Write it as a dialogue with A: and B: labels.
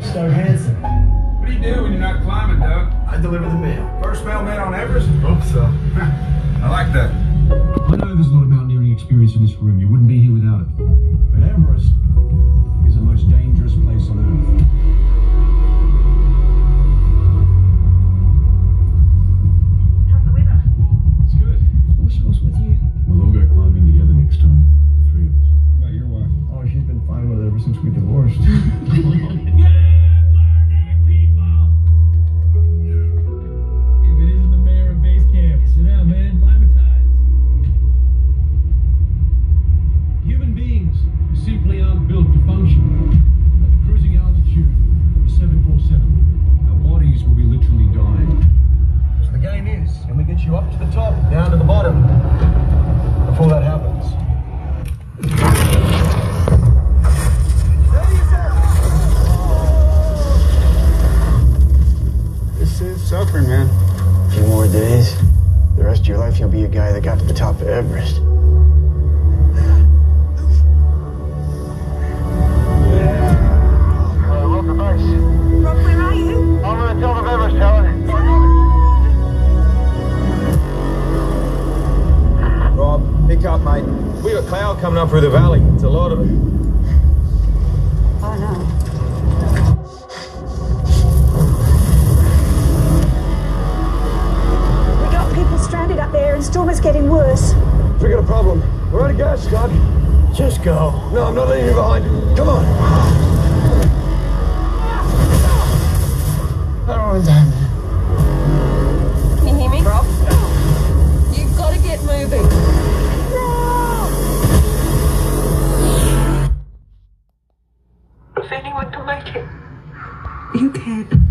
A: Stowe Hansen.
B: What do you do when you're not climbing, Doug?
A: I deliver the mail.
B: First mailman on Everest?
A: Hope so.
B: I like that.
C: I know there's a lot of mountaineering experience in this room. You wouldn't be here without it. But Everest is the most dangerous place on earth.
D: How's the weather?
B: It's good.
D: Wish it was with you.
C: We'll all go climbing together next time. The three of us.
B: What about your wife?
A: Oh, she's been fine with it ever since we divorced.
E: If it isn't the mayor of base camp, sit down, man. Climatize.
C: Human beings simply aren't built to function at the cruising altitude of 747. Our bodies will be literally dying.
A: The game is, and we get you up to the top, down to the bottom, before that happens.
B: This is suffering, man.
F: A few more days, the rest of your life you'll be a guy that got to the top of Everest.
D: Rob, where are you?
F: Rob, pick up, mate. We got cloud coming up through the valley. It's a lot of it.
D: Oh no. We got people stranded up there and storm is getting worse.
F: We got a problem. We're out of gas, Scott. Just go. No, I'm not leaving you behind. Come on.
G: Can you hear me? Rob? You've got to get moving.
D: You can.